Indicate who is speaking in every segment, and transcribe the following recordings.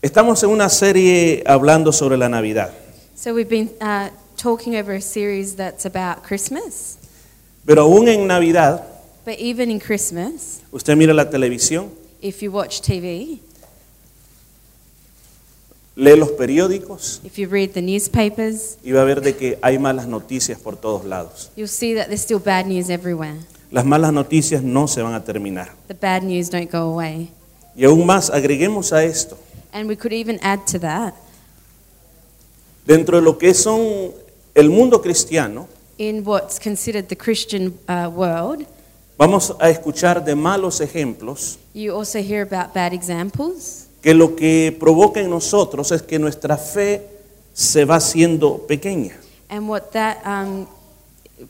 Speaker 1: Estamos en una serie hablando sobre la Navidad,
Speaker 2: So we've been uh, talking over a series that's about Christmas,
Speaker 1: pero aún en Navidad,
Speaker 2: but even in Christmas,
Speaker 1: usted mira la televisión,
Speaker 2: if you watch TV,
Speaker 1: lee los periódicos
Speaker 2: if you read the newspapers,
Speaker 1: y va a ver de que hay malas noticias por todos lados.
Speaker 2: you'll see that there's still bad news everywhere.
Speaker 1: Las malas noticias no se van a terminar.
Speaker 2: The bad news don't go away.
Speaker 1: Y aún más, agreguemos a esto,
Speaker 2: And we could even add to that
Speaker 1: dentro de lo que son el mundo cristiano,
Speaker 2: in what's considered the Christian uh, world,
Speaker 1: vamos a escuchar de malos ejemplos
Speaker 2: you also hear about bad examples
Speaker 1: que lo que provoca en nosotros es que nuestra fe se va haciendo pequeña.
Speaker 2: And what that um,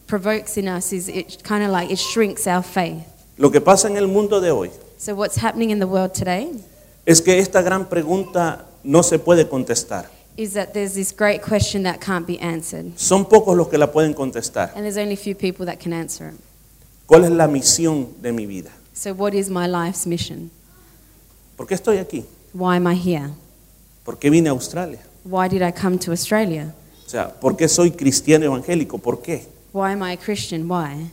Speaker 2: provokes in us is it kind of like it shrinks our faith.
Speaker 1: Lo que pasa en el mundo de hoy
Speaker 2: So, what's happening in the world today
Speaker 1: es que esta gran pregunta no se puede contestar.
Speaker 2: is that there's this great question that can't be answered,
Speaker 1: Son pocos los que la pueden contestar.
Speaker 2: and there's only a few people that can answer it.
Speaker 1: ¿Cuál es la misión de mi vida?
Speaker 2: So, what is my life's mission?
Speaker 1: ¿Por qué estoy aquí?
Speaker 2: Why am I here?
Speaker 1: ¿Por qué vine a Australia?
Speaker 2: Why did I come to Australia?
Speaker 1: O sea, ¿por qué soy cristiano evangélico? ¿Por qué?
Speaker 2: Why am I a Christian? Why?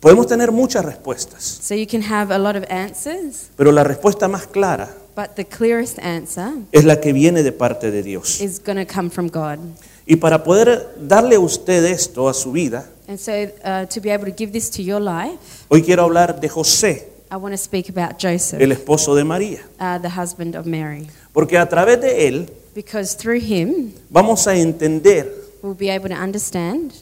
Speaker 1: Podemos tener muchas respuestas,
Speaker 2: So, you can have a lot of answers,
Speaker 1: pero la respuesta más clara
Speaker 2: but the clearest answer
Speaker 1: es la que viene de parte de Dios.
Speaker 2: is going to come from God.
Speaker 1: Y para poder darle a usted esto a su vida,
Speaker 2: And so, uh, to be able to give this to your life,
Speaker 1: hoy quiero hablar de José,
Speaker 2: I want to speak about
Speaker 1: el
Speaker 2: Joseph,
Speaker 1: esposo de María,
Speaker 2: uh, the husband of Mary.
Speaker 1: porque a través de él
Speaker 2: Because through him,
Speaker 1: vamos a entender
Speaker 2: we'll be able to understand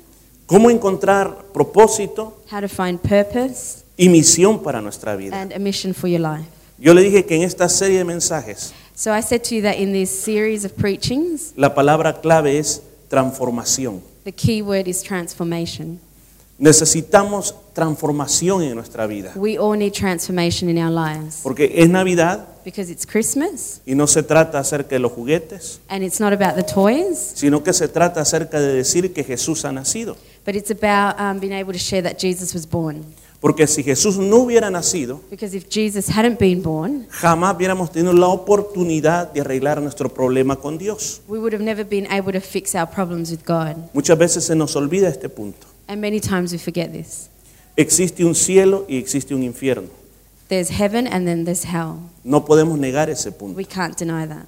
Speaker 1: cómo encontrar propósito
Speaker 2: how to find purpose
Speaker 1: y misión para nuestra vida.
Speaker 2: and a mission for your life.
Speaker 1: Yo le dije que en esta serie de mensajes
Speaker 2: So I said to you that in this series of preachings,
Speaker 1: la palabra clave es transformación.
Speaker 2: the key word is transformation.
Speaker 1: Necesitamos transformación en nuestra vida,
Speaker 2: We all need transformation in our lives
Speaker 1: porque es Navidad
Speaker 2: because it's Christmas
Speaker 1: y no se trata acerca de los juguetes,
Speaker 2: and it's not about the toys,
Speaker 1: sino que se trata acerca de decir que Jesús ha nacido.
Speaker 2: but it's about um, being able to share that Jesus was born.
Speaker 1: Porque si Jesús no hubiera nacido,
Speaker 2: Because if Jesus hadn't been born,
Speaker 1: jamás hubiéramos tenido la oportunidad de arreglar nuestro problema con Dios.
Speaker 2: we would have never been able to fix our problems with God.
Speaker 1: Muchas veces se nos olvida este punto.
Speaker 2: And many times we forget this.
Speaker 1: Existe un cielo y existe un infierno.
Speaker 2: There's heaven and then there's hell.
Speaker 1: No podemos negar ese punto.
Speaker 2: We can't deny that.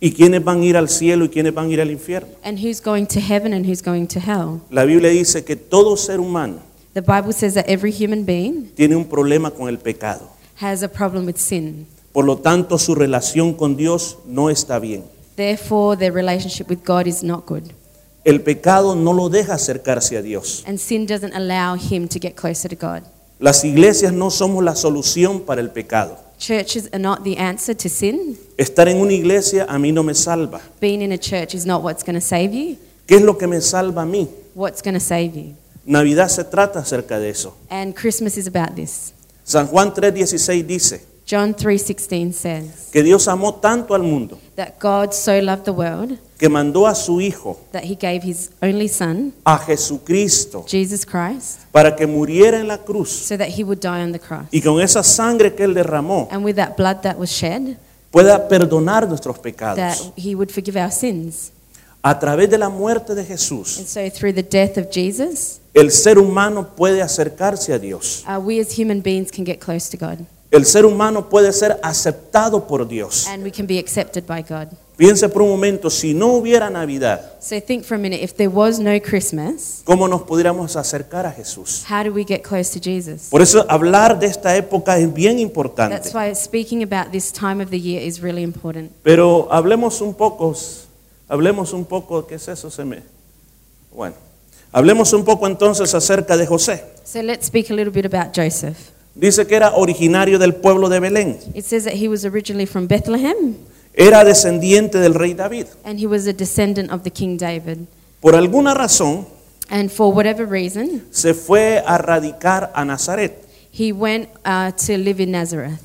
Speaker 1: ¿Y quiénes van a ir al cielo y quiénes van a ir al infierno?
Speaker 2: And who's going to heaven and who's going to hell?
Speaker 1: La Biblia dice que todo ser humano
Speaker 2: The Bible says that every human being
Speaker 1: tiene un problema con el pecado.
Speaker 2: has a problem with sin.
Speaker 1: Por lo tanto, su relación con Dios no está bien.
Speaker 2: Therefore, their relationship with God is not good.
Speaker 1: El pecado no lo deja acercarse a Dios.
Speaker 2: And sin doesn't allow him to get closer to God.
Speaker 1: Las iglesias no somos la solución para el pecado.
Speaker 2: Churches are not the answer to sin.
Speaker 1: Estar en una iglesia a mí no me salva.
Speaker 2: Being in a church is not what's going to save you.
Speaker 1: ¿Qué es lo que me salva a mí?
Speaker 2: What's going to save you?
Speaker 1: Navidad se trata acerca de eso.
Speaker 2: And Christmas is about this.
Speaker 1: San Juan 3:16 dice
Speaker 2: John 3:16 says
Speaker 1: que Dios amó tanto al mundo
Speaker 2: that God so loved the world
Speaker 1: que mandó a su Hijo,
Speaker 2: that he gave his only son,
Speaker 1: a Jesucristo,
Speaker 2: Jesus Christ,
Speaker 1: para que muriera en la cruz
Speaker 2: so that he would die on the cross.
Speaker 1: y con esa sangre que Él derramó
Speaker 2: And with that blood that was shed,
Speaker 1: pueda perdonar nuestros
Speaker 2: that
Speaker 1: pecados.
Speaker 2: he would forgive our sins.
Speaker 1: A través de la muerte de Jesús,
Speaker 2: And so, through the death of Jesus,
Speaker 1: el ser humano puede acercarse a Dios.
Speaker 2: uh, we as human beings can get close to God
Speaker 1: El ser humano puede ser aceptado por Dios.
Speaker 2: and we can be accepted by God.
Speaker 1: Piense por un momento, si no hubiera Navidad,
Speaker 2: So, think for a minute if there was no Christmas,
Speaker 1: ¿cómo nos pudiéramos acercar a Jesús?
Speaker 2: how do we get close to Jesus?
Speaker 1: Por eso hablar de esta época es bien importante.
Speaker 2: That's why speaking about this time of the year is really important.
Speaker 1: Pero hablemos un poco, hablemos un poco, ¿qué es eso? Se me... Bueno, hablemos un poco entonces acerca de José.
Speaker 2: So, let's speak a little bit about Joseph.
Speaker 1: Dice que era originario del pueblo de Belén,
Speaker 2: It says that he was originally from Bethlehem
Speaker 1: era descendiente del rey David.
Speaker 2: and he was a descendant of the King David.
Speaker 1: Por alguna razón
Speaker 2: And for whatever reason,
Speaker 1: se fue a radicar a Nazaret.
Speaker 2: he went uh, to live in Nazareth.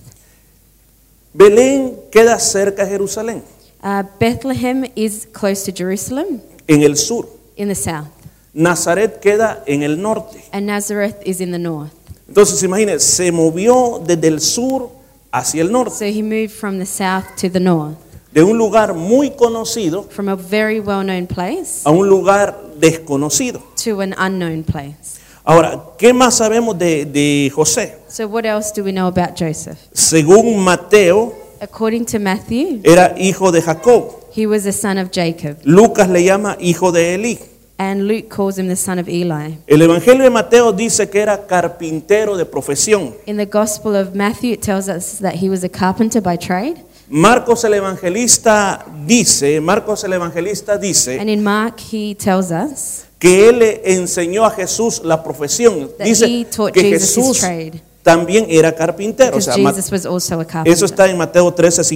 Speaker 1: Belén queda cerca de Jerusalén,
Speaker 2: Uh, Bethlehem is close to Jerusalem
Speaker 1: en el sur.
Speaker 2: in the south.
Speaker 1: Nazaret queda en el norte.
Speaker 2: and Nazareth is in the north.
Speaker 1: Entonces imagínense, se movió desde el sur hacia el norte,
Speaker 2: So he moved from the south to the north,
Speaker 1: de un lugar muy conocido
Speaker 2: from a very well known place
Speaker 1: a un lugar desconocido.
Speaker 2: to an unknown place.
Speaker 1: Ahora, ¿qué más sabemos de, de José?
Speaker 2: So, what else do we know about Joseph?
Speaker 1: Según Mateo,
Speaker 2: According to Matthew,
Speaker 1: era hijo de Jacob.
Speaker 2: he was the son of Jacob,
Speaker 1: Lucas le llama hijo de Elí.
Speaker 2: and Luke calls him the son of Eli.
Speaker 1: El Evangelio de Mateo dice que era carpintero de profesión.
Speaker 2: In the Gospel of Matthew, it tells us that he was a carpenter by trade.
Speaker 1: Marcos el evangelista dice, Marcos el evangelista dice
Speaker 2: And in Mark, he tells us
Speaker 1: que él le enseñó a Jesús la profesión.
Speaker 2: That he
Speaker 1: Dice
Speaker 2: taught
Speaker 1: que
Speaker 2: Jesus his
Speaker 1: Jesús
Speaker 2: trade.
Speaker 1: también era carpintero. O
Speaker 2: because
Speaker 1: sea, Ma-
Speaker 2: Jesus was also a carpenter.
Speaker 1: eso está en Mateo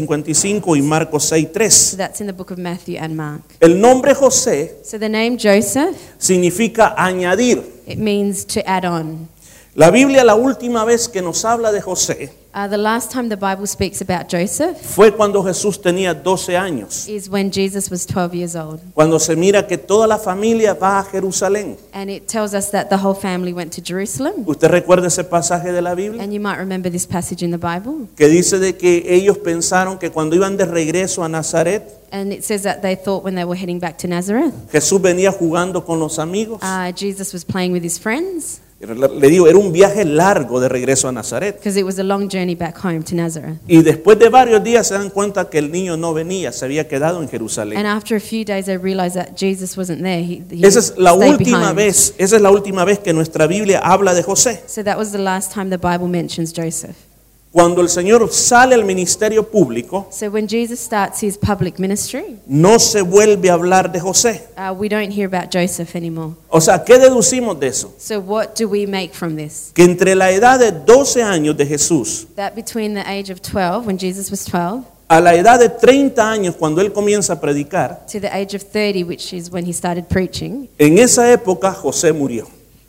Speaker 1: 13:55 y Marcos
Speaker 2: So
Speaker 1: 6:3.
Speaker 2: that's in the book of Matthew and Mark.
Speaker 1: El nombre José
Speaker 2: So the name Joseph,
Speaker 1: significa añadir.
Speaker 2: it means to add on.
Speaker 1: La Biblia la última vez que nos habla de José
Speaker 2: Uh, the last time the Bible speaks about Joseph
Speaker 1: fue cuando Jesús tenía 12 años,
Speaker 2: is when Jesus was 12 years old.
Speaker 1: cuando se mira que toda la familia va a Jerusalén.
Speaker 2: And it tells us that the whole family went to Jerusalem.
Speaker 1: ¿Usted recuerda ese pasaje de la Biblia?
Speaker 2: And you might remember this passage in the Bible.
Speaker 1: que dice de que ellos pensaron que cuando iban de regreso a Nazaret,
Speaker 2: And it says that they thought when they were heading back to Nazareth,
Speaker 1: Jesús venía jugando con los amigos.
Speaker 2: uh, Jesus was playing with his friends.
Speaker 1: Le digo, era un viaje largo de regreso a Nazaret.
Speaker 2: because it was a long journey back home to Nazareth.
Speaker 1: Y después de varios días se dan cuenta que el niño no venía, se había quedado en
Speaker 2: And
Speaker 1: Jerusalén.
Speaker 2: after a few days, I realized that Jesus wasn't there. He, he
Speaker 1: Esa es la
Speaker 2: stayed
Speaker 1: última
Speaker 2: behind.
Speaker 1: vez, esa es la última vez que nuestra Biblia habla de José.
Speaker 2: So that was the last time the Bible mentions Joseph.
Speaker 1: Cuando el Señor sale al ministerio público,
Speaker 2: So when Jesus starts his public ministry,
Speaker 1: no se vuelve a hablar de José.
Speaker 2: uh, we don't hear about Joseph anymore.
Speaker 1: O sea, ¿qué deducimos de eso?
Speaker 2: So what do we make from this?
Speaker 1: Que entre la edad de 12 años de Jesús
Speaker 2: That between the age of 12, when Jesus was 12,
Speaker 1: A la edad de 30 años, cuando él comienza a predicar,
Speaker 2: to the age of 30, which is when he started preaching,
Speaker 1: en esa época José murió.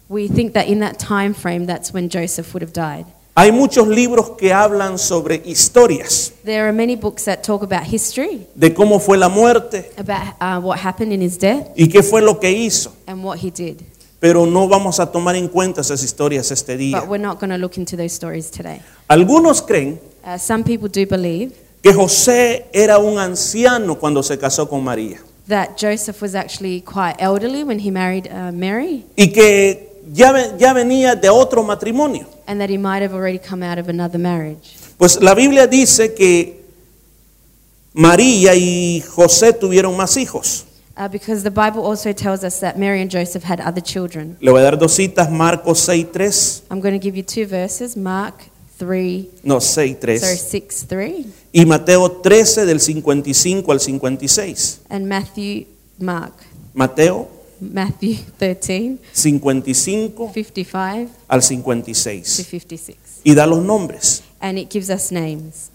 Speaker 2: we think that in that time frame, that's when Joseph would have died.
Speaker 1: Hay muchos libros que hablan sobre historias,
Speaker 2: There are many books that talk about history,
Speaker 1: de cómo fue la muerte
Speaker 2: about uh, what happened in his death
Speaker 1: y qué fue lo que hizo,
Speaker 2: and what he did.
Speaker 1: pero no vamos a tomar en cuenta esas historias este
Speaker 2: But
Speaker 1: día.
Speaker 2: we're not going to look into those stories today.
Speaker 1: Algunos creen
Speaker 2: Uh, some people do believe
Speaker 1: que José era un anciano cuando se casó con María
Speaker 2: that Joseph was actually quite elderly when he married uh, Mary
Speaker 1: y que ya, ve- ya venía de otro matrimonio.
Speaker 2: and that he might have already come out of another marriage.
Speaker 1: Pues la Biblia dice que María y José tuvieron más hijos.
Speaker 2: Uh, because the Bible also tells us that Mary and Joseph had other children.
Speaker 1: Le voy a dar dos citas, Marcos 6.3,
Speaker 2: I'm going to give you two verses Mark 3,
Speaker 1: no,
Speaker 2: sorry,
Speaker 1: 6.3,
Speaker 2: 6 3,
Speaker 1: y Mateo 13 del 55 al 56.
Speaker 2: and Matthew, Mark,
Speaker 1: Mateo
Speaker 2: Matthew 13,
Speaker 1: 55
Speaker 2: 55
Speaker 1: al
Speaker 2: to
Speaker 1: 56.
Speaker 2: 56.
Speaker 1: Y da los nombres,
Speaker 2: And it gives us names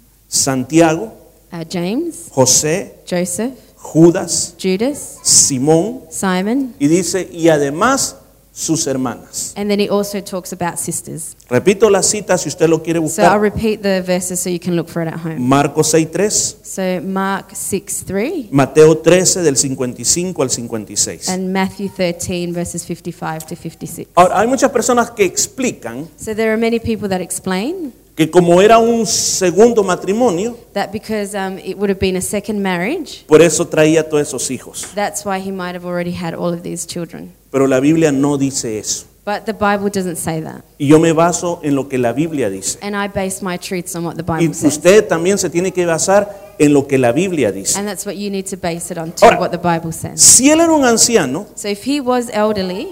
Speaker 1: Santiago,
Speaker 2: uh, James,
Speaker 1: José,
Speaker 2: Joseph,
Speaker 1: Judas,
Speaker 2: Judas,
Speaker 1: Simón,
Speaker 2: Simon,
Speaker 1: y dice, y además sus hermanas.
Speaker 2: And then he also talks about sisters.
Speaker 1: Repito la cita si usted lo quiere
Speaker 2: So I'll
Speaker 1: buscar.
Speaker 2: repeat the verses so you can look for it at home.
Speaker 1: Marcos 6.3,
Speaker 2: So Mark 6 3
Speaker 1: Mateo 13 del 55 al 56.
Speaker 2: and Matthew 13, verses 55 to 56.
Speaker 1: Ahora, hay muchas personas que explican
Speaker 2: So there are many people that explain
Speaker 1: que como era un segundo matrimonio,
Speaker 2: that because um, it would have been a second marriage,
Speaker 1: por eso traía todos esos hijos.
Speaker 2: that's why he might have already had all of these children.
Speaker 1: Pero la Biblia no dice eso.
Speaker 2: But the Bible doesn't say that.
Speaker 1: Y yo me baso en lo que la Biblia dice.
Speaker 2: And I base my truths on what the
Speaker 1: Y
Speaker 2: Bible says.
Speaker 1: usted también se tiene que basar en lo que la Biblia dice.
Speaker 2: And that's what you need to base it on, too,
Speaker 1: Ahora-
Speaker 2: what the Bible says.
Speaker 1: Si él era un anciano,
Speaker 2: So if he was elderly,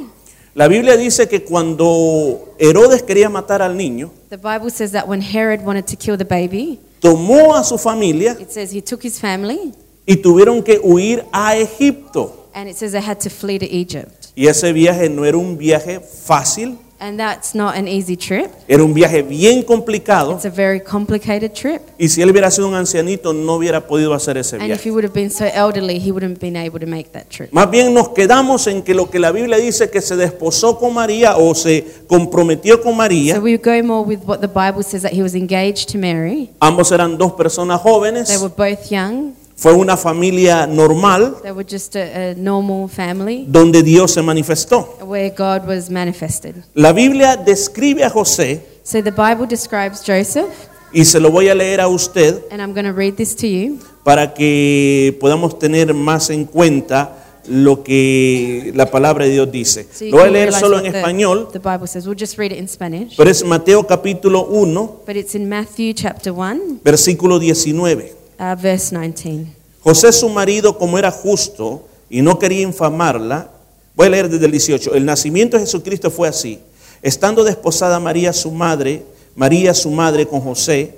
Speaker 1: la Biblia dice que cuando Herodes quería matar al niño,
Speaker 2: the Bible says that when Herod wanted to kill the baby,
Speaker 1: tomó a su familia
Speaker 2: it says he took his family
Speaker 1: y tuvieron que huir a Egipto.
Speaker 2: And it says they had to flee to Egypt.
Speaker 1: Y ese viaje no era un viaje fácil,
Speaker 2: And that's not an easy trip.
Speaker 1: era un viaje bien complicado.
Speaker 2: It's a very complicated trip.
Speaker 1: Y si él hubiera sido un ancianito, no hubiera podido hacer ese
Speaker 2: And if
Speaker 1: viaje.
Speaker 2: he would have been so elderly, he wouldn't have been able to make that trip.
Speaker 1: Más bien nos quedamos en que lo que la Biblia dice que se desposó con María o se comprometió con
Speaker 2: So
Speaker 1: María,
Speaker 2: we go more with what the Bible says that he was engaged to Mary.
Speaker 1: ambos eran dos personas
Speaker 2: They
Speaker 1: jóvenes,
Speaker 2: were both young.
Speaker 1: fue una familia normal
Speaker 2: They were just a, a normal family
Speaker 1: donde Dios se manifestó.
Speaker 2: where God was manifested.
Speaker 1: La Biblia describe a José
Speaker 2: So the Bible describes Joseph
Speaker 1: y se lo voy a leer a usted
Speaker 2: and I'm going to read this to you
Speaker 1: para que podamos tener más en cuenta lo que la palabra de Dios dice.
Speaker 2: so you
Speaker 1: Lo voy a
Speaker 2: can
Speaker 1: leer
Speaker 2: realize
Speaker 1: solo
Speaker 2: what
Speaker 1: en
Speaker 2: the,
Speaker 1: español,
Speaker 2: the Bible says. We'll just read it in Spanish.
Speaker 1: pero es Mateo capítulo 1,
Speaker 2: But it's in Matthew chapter 1,
Speaker 1: versículo 19.
Speaker 2: uh, verse 19.
Speaker 1: José su marido, como era justo y no quería infamarla, voy a leer desde el 18, el nacimiento de Jesucristo fue así. Estando desposada María su madre, María su madre con José,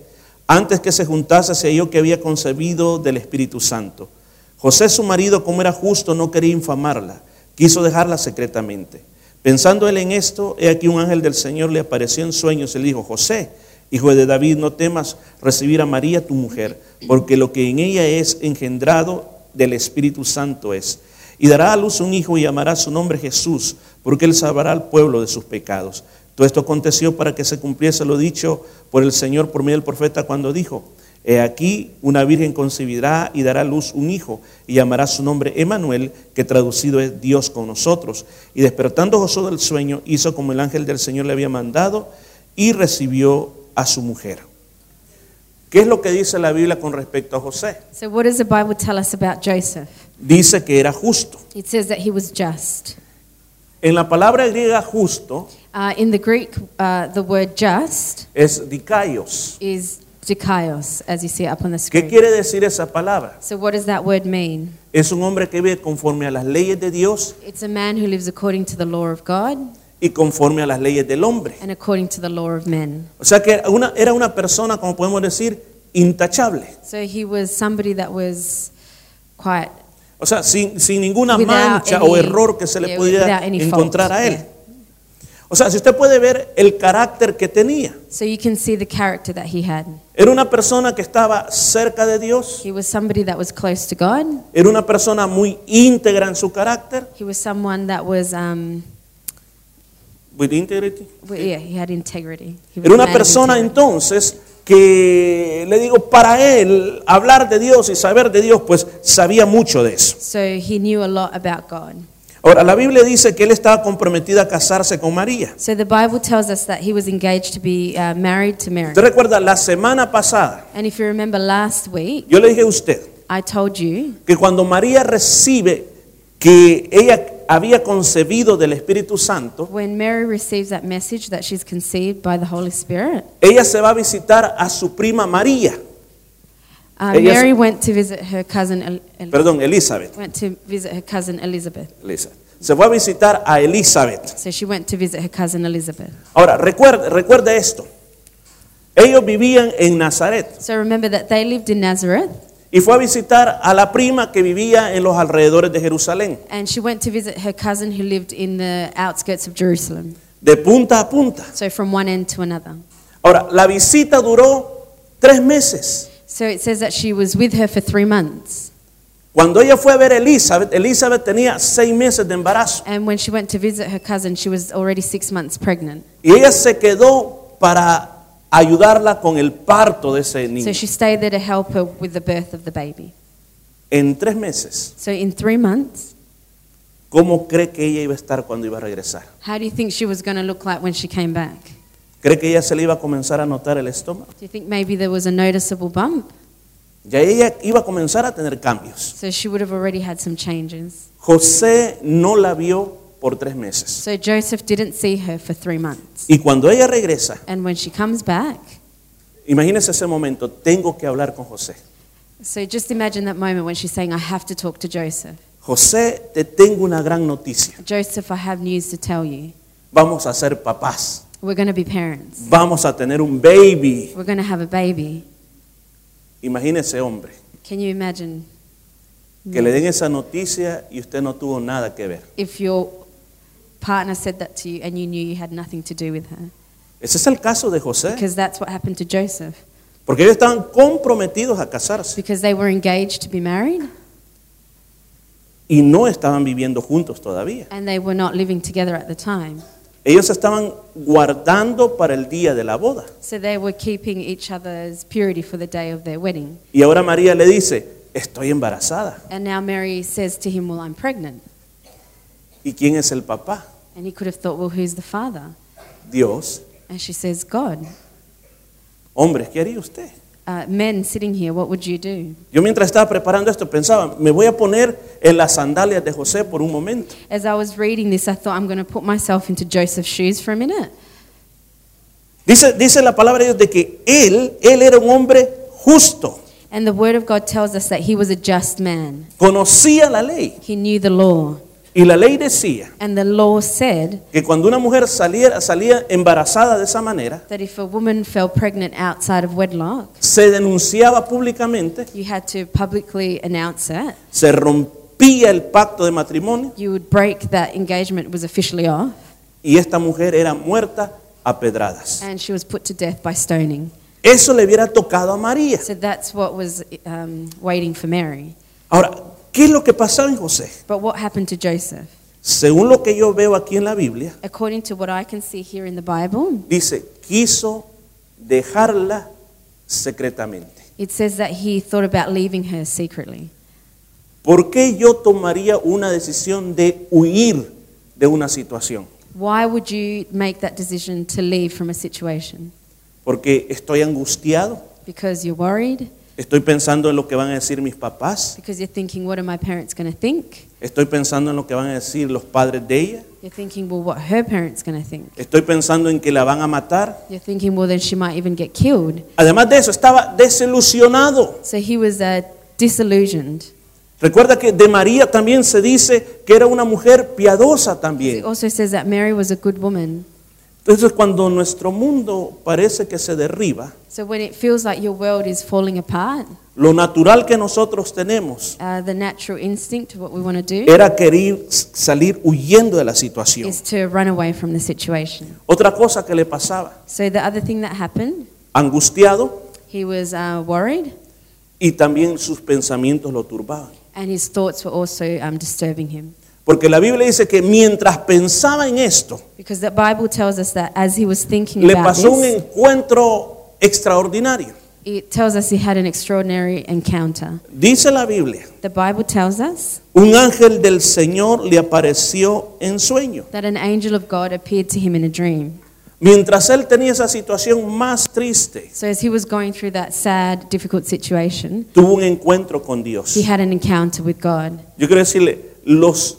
Speaker 1: antes que se juntase se halló que había concebido del Espíritu Santo. José su marido, como era justo, no quería infamarla, quiso dejarla secretamente. Pensando él en esto, he aquí un ángel del Señor le apareció en sueños y le dijo, José, hijo de David, no temas recibir a María tu mujer, porque lo que en ella es engendrado del Espíritu Santo es. Y dará a luz un hijo y llamará su nombre Jesús, porque él salvará al pueblo de sus pecados. Todo esto aconteció para que se cumpliese lo dicho por el Señor por medio del profeta cuando dijo, He aquí una virgen concebirá y dará a luz un hijo y llamará su nombre Emanuel, que traducido es Dios con nosotros. Y despertando José del sueño, hizo como el ángel del Señor le había mandado y recibió a su mujer. ¿Qué es lo que dice la Biblia con respecto a José?
Speaker 2: So, what does the Bible tell us about Joseph?
Speaker 1: Dice que era justo.
Speaker 2: It says that he was just.
Speaker 1: En la palabra griega justo
Speaker 2: Uh, in the Greek, uh, the word just
Speaker 1: es dikaios.
Speaker 2: is dikaios, as you see it up on the
Speaker 1: ¿Qué
Speaker 2: screen.
Speaker 1: quiere decir esa palabra?
Speaker 2: So, what does that word mean?
Speaker 1: Es un hombre que vive conforme a las leyes de Dios
Speaker 2: It's a man who lives according to the law of God
Speaker 1: y conforme a las leyes del hombre.
Speaker 2: and according to the law of men.
Speaker 1: O sea que era una- era una persona, como podemos decir, intachable.
Speaker 2: So, he was somebody that was quite
Speaker 1: O sea, sin, sin ninguna
Speaker 2: Without
Speaker 1: mancha o
Speaker 2: any-
Speaker 1: error que se le
Speaker 2: yeah,
Speaker 1: pudiera
Speaker 2: without any fault,
Speaker 1: encontrar a él.
Speaker 2: yeah.
Speaker 1: O sea, si usted puede ver el carácter que tenía.
Speaker 2: So you can see the character that he had.
Speaker 1: Era una persona que estaba cerca de Dios,
Speaker 2: He was somebody that was close to God.
Speaker 1: era una persona muy íntegra en su carácter.
Speaker 2: He was someone that was, um,
Speaker 1: with integrity.
Speaker 2: w- yeah, he had integrity. He was
Speaker 1: Era
Speaker 2: a
Speaker 1: una
Speaker 2: man of
Speaker 1: persona
Speaker 2: integrity.
Speaker 1: entonces que, le digo, para él hablar de Dios y saber de Dios, pues sabía mucho de eso.
Speaker 2: So he knew a lot about God.
Speaker 1: Ahora, la Biblia dice que él estaba comprometido a casarse con María.
Speaker 2: So the Bible tells us that he was engaged to be uh, married to Mary.
Speaker 1: Usted recuerda, la semana pasada,
Speaker 2: And if you remember last week,
Speaker 1: yo le dije a usted
Speaker 2: I told you
Speaker 1: que cuando María recibe que ella había concebido del Espíritu Santo,
Speaker 2: when Mary receives that message that she's conceived by the Holy Spirit,
Speaker 1: ella se va a visitar a su prima María,
Speaker 2: uh,
Speaker 1: Ella-
Speaker 2: Mary went to visit her cousin. El- El-
Speaker 1: perdón, Elizabeth.
Speaker 2: went to visit her cousin Elizabeth.
Speaker 1: Elizabeth. Se fue a visitar a Elizabeth.
Speaker 2: So she went to visit her cousin Elizabeth.
Speaker 1: Ahora, recuerda, recuerda esto. Ellos vivían en Nazaret
Speaker 2: So remember that they lived in Nazareth,
Speaker 1: y fue a visitar a la prima que vivía en los alrededores de Jerusalén,
Speaker 2: and she went to visit her cousin who lived in the outskirts of Jerusalem.
Speaker 1: de punta a punta.
Speaker 2: So from one end to another.
Speaker 1: Ahora, la visita duró tres meses.
Speaker 2: So it says that she was with her for three months.
Speaker 1: Cuando ella fue a ver a Elizabeth, Elizabeth tenía seis meses de embarazo
Speaker 2: And when she went to visit her cousin, she was already six months pregnant.
Speaker 1: y ella se quedó para ayudarla con el parto de ese niño.
Speaker 2: So she stayed there to help her with the birth of the baby.
Speaker 1: En tres meses,
Speaker 2: So in three months,
Speaker 1: ¿cómo cree que ella iba a estar cuando iba a regresar?
Speaker 2: how do you think she was going to look like when she came back? Do
Speaker 1: ¿Cree que ella se le iba a comenzar a notar el estómago?
Speaker 2: you think maybe there was a noticeable bump?
Speaker 1: Ya ella iba a comenzar a tener cambios.
Speaker 2: So she would have already had some changes.
Speaker 1: José no la vio por tres meses.
Speaker 2: So Joseph didn't see her for three months.
Speaker 1: Y cuando ella regresa,
Speaker 2: And when she comes back,
Speaker 1: imagínese ese momento, tengo que hablar con José.
Speaker 2: so just imagine that moment when she's saying, I have to talk to Joseph.
Speaker 1: José, te tengo una gran noticia.
Speaker 2: Joseph, I have news to tell you.
Speaker 1: Vamos a ser papás.
Speaker 2: We're going to be parents.
Speaker 1: Vamos a tener un baby.
Speaker 2: We're going to have a baby.
Speaker 1: Imagínese hombre,
Speaker 2: Can you imagine
Speaker 1: que le den esa noticia y usted no tuvo nada que ver.
Speaker 2: if your partner said that to you and you knew you had nothing to do with her?
Speaker 1: Ese es el caso de José.
Speaker 2: Because that's what happened to Joseph.
Speaker 1: Porque ellos estaban comprometidos a casarse
Speaker 2: Because they were engaged to be married
Speaker 1: y no estaban viviendo juntos todavía.
Speaker 2: and they were not living together at the time.
Speaker 1: Ellos estaban guardando para el día de la boda.
Speaker 2: So they were keeping each other's purity for the day of their wedding.
Speaker 1: Y ahora María le dice, estoy embarazada.
Speaker 2: And now Mary says to him, Well, I'm pregnant.
Speaker 1: ¿Y quién es el papá?
Speaker 2: And he could have thought, Well, who's the father?
Speaker 1: Dios
Speaker 2: And she says, God.
Speaker 1: Hombres, ¿qué haría usted?
Speaker 2: Uh, men sitting here, what would you do?
Speaker 1: Yo mientras estaba preparando esto pensaba, me voy a poner en las sandalias de José por un momento.
Speaker 2: As I was reading this, I thought I'm going to put myself into Joseph's shoes for a minute.
Speaker 1: Dice, dice la palabra de Dios de que él, él era un hombre justo,
Speaker 2: And the Word of God tells us that he was a just man.
Speaker 1: conocía la ley.
Speaker 2: He knew the law.
Speaker 1: Y la ley decía
Speaker 2: And the law said
Speaker 1: que cuando una mujer saliera, salía embarazada de esa manera,
Speaker 2: that if a woman fell pregnant outside of wedlock,
Speaker 1: se denunciaba públicamente,
Speaker 2: you had to publicly announce it.
Speaker 1: se rompía el pacto de matrimonio
Speaker 2: You would break that engagement was officially off,
Speaker 1: y esta mujer era muerta a pedradas.
Speaker 2: and she was put to death by stoning.
Speaker 1: Eso le hubiera tocado a María.
Speaker 2: So that's what was um, waiting for Mary.
Speaker 1: Ahora, ¿qué es lo que pasaba en José?
Speaker 2: But what happened to Joseph?
Speaker 1: Según lo que yo veo aquí en la Biblia,
Speaker 2: According to what I can see here in the Bible,
Speaker 1: dice, quiso dejarla secretamente.
Speaker 2: it says that he thought about leaving her secretly.
Speaker 1: ¿Por qué yo tomaría una decisión de huir de una situación?
Speaker 2: Why would you make that decision to leave from a situation?
Speaker 1: Porque estoy angustiado,
Speaker 2: Because you're worried?
Speaker 1: estoy pensando en lo que van a decir mis papás,
Speaker 2: Because you're thinking, what are my parents going to think?
Speaker 1: estoy pensando en lo que van a decir los padres de ella,
Speaker 2: You're thinking, well, what are her parents going to think?
Speaker 1: estoy pensando en que la van a matar.
Speaker 2: You're thinking, well, then she might even get killed.
Speaker 1: Además de eso, estaba desilusionado.
Speaker 2: So he was uh, disillusioned.
Speaker 1: Recuerda que de María también se dice que era una mujer piadosa también.
Speaker 2: It also says that Mary was a good woman.
Speaker 1: Entonces cuando nuestro mundo parece que se derriba,
Speaker 2: So when it feels like your world is falling apart,
Speaker 1: lo natural que nosotros tenemos
Speaker 2: uh, the natural instinct of what we want to do
Speaker 1: era querer salir huyendo de la situación.
Speaker 2: is to run away from the situation.
Speaker 1: Otra cosa que le pasaba,
Speaker 2: So the other thing that happened,
Speaker 1: angustiado
Speaker 2: he was uh, worried,
Speaker 1: y también sus pensamientos lo turbaban.
Speaker 2: and his thoughts were also um, disturbing him.
Speaker 1: Porque la Biblia dice que mientras pensaba en esto,
Speaker 2: Because the Bible tells us that as he was thinking
Speaker 1: le
Speaker 2: about
Speaker 1: pasó un
Speaker 2: this,
Speaker 1: encuentro extraordinario.
Speaker 2: it tells us he had an extraordinary encounter.
Speaker 1: Dice la Biblia,
Speaker 2: The Bible tells us
Speaker 1: un ángel del Señor le apareció en sueño.
Speaker 2: that an angel of God appeared to him in a dream.
Speaker 1: Mientras él tenía esa situación más triste,
Speaker 2: So as he was going through that sad, difficult situation,
Speaker 1: tuvo un encuentro con Dios.
Speaker 2: he had an encounter with God.
Speaker 1: Yo quiero decirle, las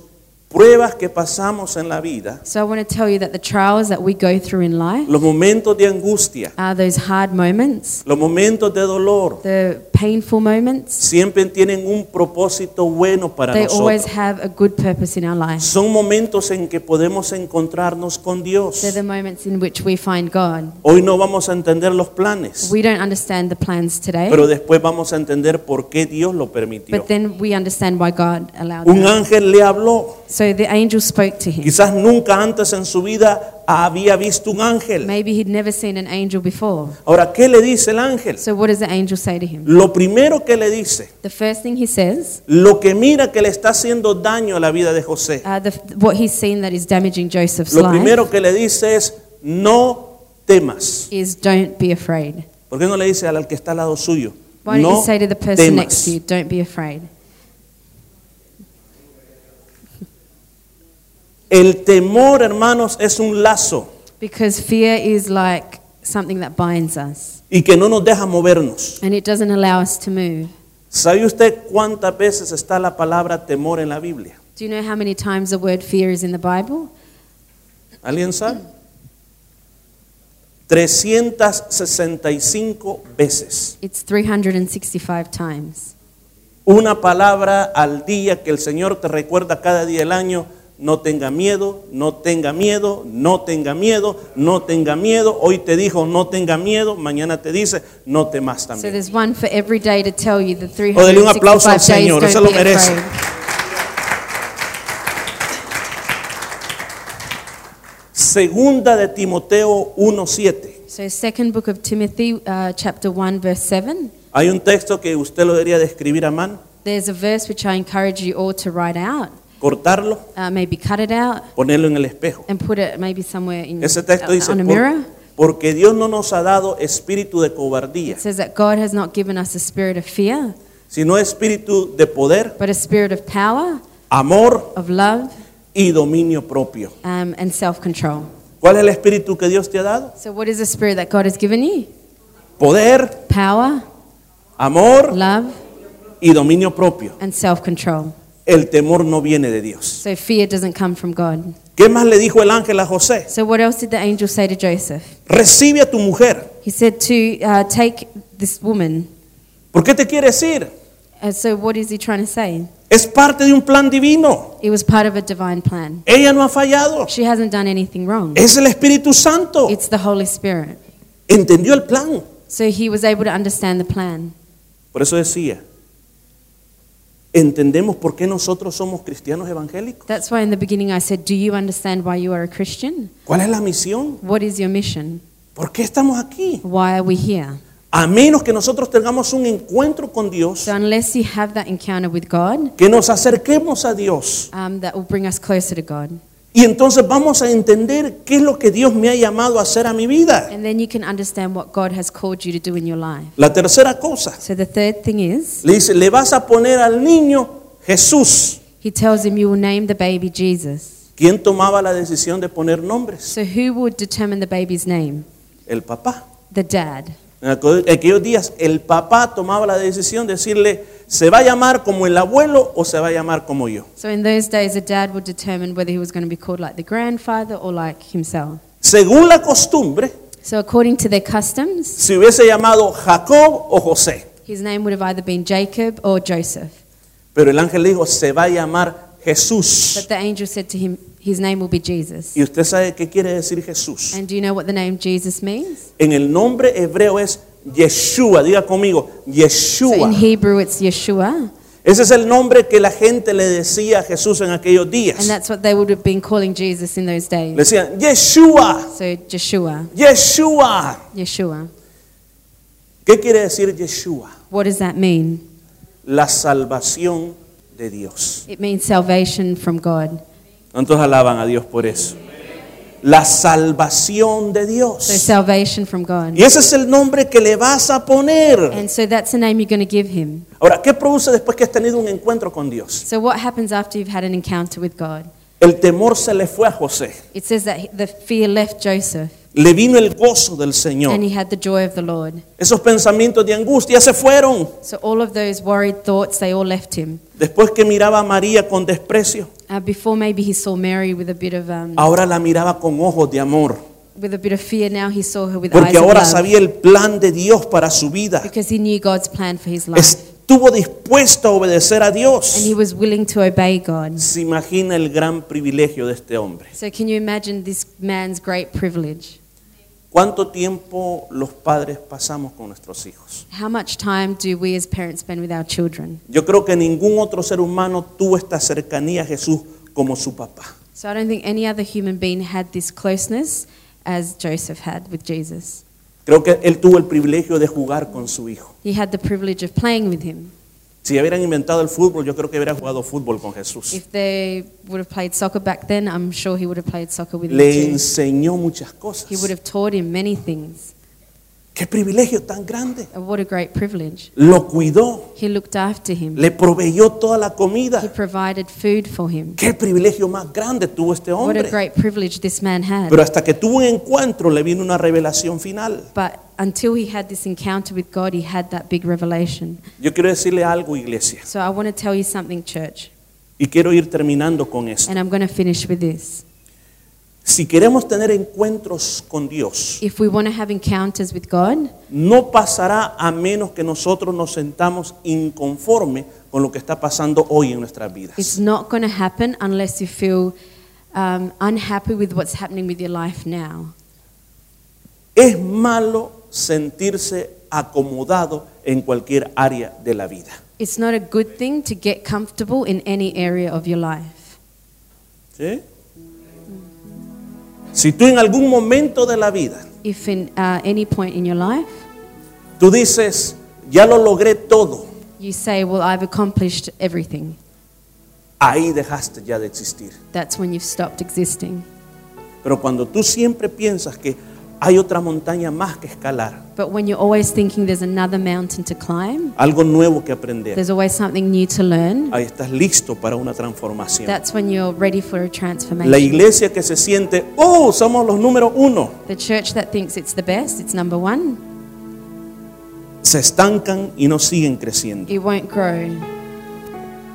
Speaker 1: pruebas que pasamos en la vida,
Speaker 2: So I want to tell you that the trials that we go through in life
Speaker 1: los momentos de angustia,
Speaker 2: are those hard moments,
Speaker 1: los momentos de dolor,
Speaker 2: the painful moments.
Speaker 1: siempre tienen un propósito bueno para
Speaker 2: They always
Speaker 1: nosotros.
Speaker 2: have a good purpose in our life.
Speaker 1: Son momentos en que podemos encontrarnos con Dios.
Speaker 2: They're the moments in which we find God.
Speaker 1: Hoy no vamos a entender los planes,
Speaker 2: We don't understand the plans today,
Speaker 1: pero después vamos a entender por qué Dios lo permitió.
Speaker 2: but then we understand why God allowed
Speaker 1: Un
Speaker 2: that.
Speaker 1: ángel le habló.
Speaker 2: So the angel spoke to him.
Speaker 1: Quizás nunca antes en su vida había visto un ángel.
Speaker 2: Maybe he'd never seen an angel before.
Speaker 1: Ahora, ¿qué le dice el ángel?
Speaker 2: So what does the angel say to him?
Speaker 1: Lo primero que le dice,
Speaker 2: The first thing he says,
Speaker 1: lo que mira que le está haciendo daño a la vida de José,
Speaker 2: uh, the, what he's seen that is damaging Joseph's
Speaker 1: lo
Speaker 2: life,
Speaker 1: primero que le dice es, no temas.
Speaker 2: is don't be afraid.
Speaker 1: ¿Por qué no le dice al que está al lado suyo?
Speaker 2: Why don't
Speaker 1: No
Speaker 2: you say to the person
Speaker 1: temas.
Speaker 2: next to you, don't be afraid?
Speaker 1: El temor, hermanos, es un lazo
Speaker 2: Because fear is like something that binds us
Speaker 1: y que no nos deja movernos.
Speaker 2: and it doesn't allow us to move.
Speaker 1: ¿Sabe usted cuántas veces está la palabra temor en la Biblia?
Speaker 2: Do you know how many times the word fear is in the Bible?
Speaker 1: ¿Alguien sabe?
Speaker 2: Mm.
Speaker 1: 365 veces.
Speaker 2: It's 365 times.
Speaker 1: Una palabra al día que el Señor te recuerda cada día del año. No tenga miedo, no tenga miedo, no tenga miedo, no tenga miedo. Hoy te dijo no tenga miedo, mañana te dice no temas
Speaker 2: So
Speaker 1: también.
Speaker 2: there's one for every day to tell you the
Speaker 1: O dele un aplauso al
Speaker 2: 365 days
Speaker 1: Señor, se
Speaker 2: don't
Speaker 1: lo
Speaker 2: be
Speaker 1: merece.
Speaker 2: afraid.
Speaker 1: Segunda de Timoteo 1.7.
Speaker 2: So second book of Timothy, uh, chapter 1, verse 7.
Speaker 1: Hay un texto que usted lo debería de escribir a mano,
Speaker 2: There's a verse which I encourage you all to write out,
Speaker 1: cortarlo,
Speaker 2: uh, maybe cut it out
Speaker 1: ponerlo en el espejo.
Speaker 2: and put it maybe somewhere in uh,
Speaker 1: Ese texto dice,
Speaker 2: on a
Speaker 1: "Por-
Speaker 2: mirror.
Speaker 1: porque Dios no nos ha dado espíritu de cobardía,
Speaker 2: It says that God has not given us a spirit of fear,
Speaker 1: sino espíritu de poder,
Speaker 2: but a spirit of power,
Speaker 1: amor
Speaker 2: of love,
Speaker 1: y dominio propio.
Speaker 2: um, and self control.
Speaker 1: ¿Cuál es el espíritu que Dios te ha dado?
Speaker 2: So, what is the spirit that God has given you?
Speaker 1: poder,
Speaker 2: power,
Speaker 1: amor
Speaker 2: love,
Speaker 1: y dominio propio.
Speaker 2: and self control.
Speaker 1: El temor no viene de Dios.
Speaker 2: So fear doesn't come from God.
Speaker 1: ¿Qué más le dijo el ángel a José?
Speaker 2: So what else did the angel say to Joseph?
Speaker 1: Recibe a tu mujer.
Speaker 2: He said to uh, take this woman.
Speaker 1: ¿Por qué te quieres ir?
Speaker 2: Uh, so what is he trying to say?
Speaker 1: Es parte de un plan divino.
Speaker 2: It was part of a divine plan.
Speaker 1: Ella no ha fallado.
Speaker 2: She hasn't done anything wrong.
Speaker 1: Es el Espíritu Santo.
Speaker 2: It's the Holy Spirit.
Speaker 1: Entendió el plan.
Speaker 2: So he was able to understand the plan.
Speaker 1: Por eso decía, entendemos por qué nosotros somos cristianos evangélicos.
Speaker 2: That's why in the beginning I said, Do you understand why you are a Christian?
Speaker 1: ¿Cuál es la misión?
Speaker 2: What is your mission?
Speaker 1: ¿Por qué estamos aquí?
Speaker 2: Why are we here?
Speaker 1: A menos que nosotros tengamos un encuentro con Dios,
Speaker 2: So unless you have that encounter with God,
Speaker 1: que nos acerquemos a Dios.
Speaker 2: um, that will bring us closer to God.
Speaker 1: Y entonces vamos a entender qué es lo que Dios me ha llamado a hacer a mi vida.
Speaker 2: And then you can understand what God has called you to do in your life.
Speaker 1: La tercera cosa,
Speaker 2: So the third thing is,
Speaker 1: le dice, le vas a poner al niño Jesús,
Speaker 2: he tells him, You will name the baby Jesus.
Speaker 1: quien tomaba la decisión de poner nombres,
Speaker 2: So who would determine the baby's name?
Speaker 1: el papá.
Speaker 2: The dad.
Speaker 1: En aquel- en aquellos días el papá tomaba la decisión de decirle, ¿se va a llamar como el abuelo o se va a llamar como yo?
Speaker 2: So in those days, a dad would determine whether he was going to be called like the grandfather or like himself.
Speaker 1: Según la costumbre,
Speaker 2: So according to their customs,
Speaker 1: se hubiese llamado Jacob o José,
Speaker 2: his name would have either been Jacob or Joseph.
Speaker 1: pero el ángel le dijo, se va a llamar Jesús.
Speaker 2: But the angel said to him, His name will be Jesus.
Speaker 1: Y usted sabe qué quiere decir Jesús.
Speaker 2: And do you know what the name Jesus means?
Speaker 1: En el nombre hebreo es Yeshua, diga conmigo,
Speaker 2: So
Speaker 1: Yeshua.
Speaker 2: in Hebrew, it's Yeshua,
Speaker 1: Ese es el nombre que la gente le decía a Jesús en aquellos días.
Speaker 2: and that's what they would have been calling Jesus in those
Speaker 1: Le
Speaker 2: days.
Speaker 1: decían, Yeshua,
Speaker 2: So Yeshua,
Speaker 1: Yeshua.
Speaker 2: Yeshua.
Speaker 1: ¿Qué quiere decir Yeshua?
Speaker 2: What does that mean?
Speaker 1: la salvación de Dios.
Speaker 2: It means salvation from God.
Speaker 1: ¿Cuántos alaban a Dios por eso? La salvación de
Speaker 2: So
Speaker 1: Dios.
Speaker 2: salvation from God.
Speaker 1: Y ese es el nombre que le vas a poner.
Speaker 2: And so that's the name you're going to give him.
Speaker 1: Ahora, ¿qué produce después que has tenido un encuentro con Dios?
Speaker 2: So what happens after you've had an encounter with God?
Speaker 1: El temor se le fue a José.
Speaker 2: It says that he- the fear left Joseph,
Speaker 1: Le vino el gozo del Señor.
Speaker 2: and he had the joy of the Lord.
Speaker 1: Esos pensamientos de angustia se fueron.
Speaker 2: So all of those worried thoughts, they all left him.
Speaker 1: Después que miraba a María con desprecio,
Speaker 2: Uh, before maybe he saw Mary with a bit of um,
Speaker 1: ahora la miraba con ojos de amor.
Speaker 2: with a bit of fear. Now he saw her with eyes
Speaker 1: Porque
Speaker 2: of
Speaker 1: ahora
Speaker 2: love
Speaker 1: sabía el plan de Dios para su vida.
Speaker 2: because he knew God's plan for his life,
Speaker 1: Estuvo dispuesto a obedecer a Dios.
Speaker 2: and he was willing to obey God.
Speaker 1: Se imagina el gran privilegio de este hombre.
Speaker 2: So can you imagine this man's great privilege?
Speaker 1: ¿Cuánto tiempo los padres pasamos con nuestros hijos?
Speaker 2: How much time do we as parents spend with our children?
Speaker 1: Yo creo que ningún otro ser humano tuvo esta cercanía a Jesús como su papá.
Speaker 2: So I don't think any other human being had this closeness as Joseph had with Jesus.
Speaker 1: Creo que él tuvo el privilegio de jugar con su hijo.
Speaker 2: He had the privilege of playing with him.
Speaker 1: Si hubieran inventado el fútbol, yo creo que hubiera jugado fútbol con Jesús.
Speaker 2: If they would have played soccer back then, I'm sure he would have played soccer with
Speaker 1: Le
Speaker 2: him. Too.
Speaker 1: enseñó muchas cosas.
Speaker 2: He would have taught him many things.
Speaker 1: Qué privilegio tan grande.
Speaker 2: And what a great privilege.
Speaker 1: Lo cuidó,
Speaker 2: He looked after him.
Speaker 1: le proveyó toda la
Speaker 2: He
Speaker 1: comida.
Speaker 2: provided food for him.
Speaker 1: Qué privilegio más grande tuvo este
Speaker 2: What a
Speaker 1: hombre.
Speaker 2: great privilege this man had.
Speaker 1: Pero hasta que tuvo un encuentro le vino una revelación final.
Speaker 2: But until he had this encounter with God, he had that big revelation.
Speaker 1: Yo quiero decirle algo, iglesia,
Speaker 2: So I want to tell you something, church,
Speaker 1: y quiero ir terminando con esto.
Speaker 2: and I'm going to finish with this.
Speaker 1: Si queremos tener encuentros con Dios,
Speaker 2: If we want to have encounters with God,
Speaker 1: no pasará a menos que nosotros nos sentamos inconforme con lo que está pasando hoy en nuestras vidas.
Speaker 2: it's not going to happen unless you feel um, unhappy with what's happening with your life now.
Speaker 1: Es malo sentirse acomodado en cualquier área de la vida.
Speaker 2: It's not a good thing to get comfortable in any area of your life.
Speaker 1: ¿sí? Si tú en algún momento de la vida,
Speaker 2: If in uh, any point in your life
Speaker 1: tú dices, ya lo logré todo,
Speaker 2: you say, Well, I've accomplished everything,
Speaker 1: ahí dejaste ya de existir.
Speaker 2: that's when you've stopped existing.
Speaker 1: Pero cuando tú siempre piensas que hay otra montaña más que escalar,
Speaker 2: But when you're always thinking there's another mountain to climb,
Speaker 1: algo nuevo que aprender,
Speaker 2: there's always something new to learn,
Speaker 1: ahí estás listo para una transformación.
Speaker 2: that's when you're ready for a transformation.
Speaker 1: La iglesia que se siente, oh, somos los número uno,
Speaker 2: The church that thinks it's the best, it's number one,
Speaker 1: se estancan y no siguen creciendo.
Speaker 2: It won't grow.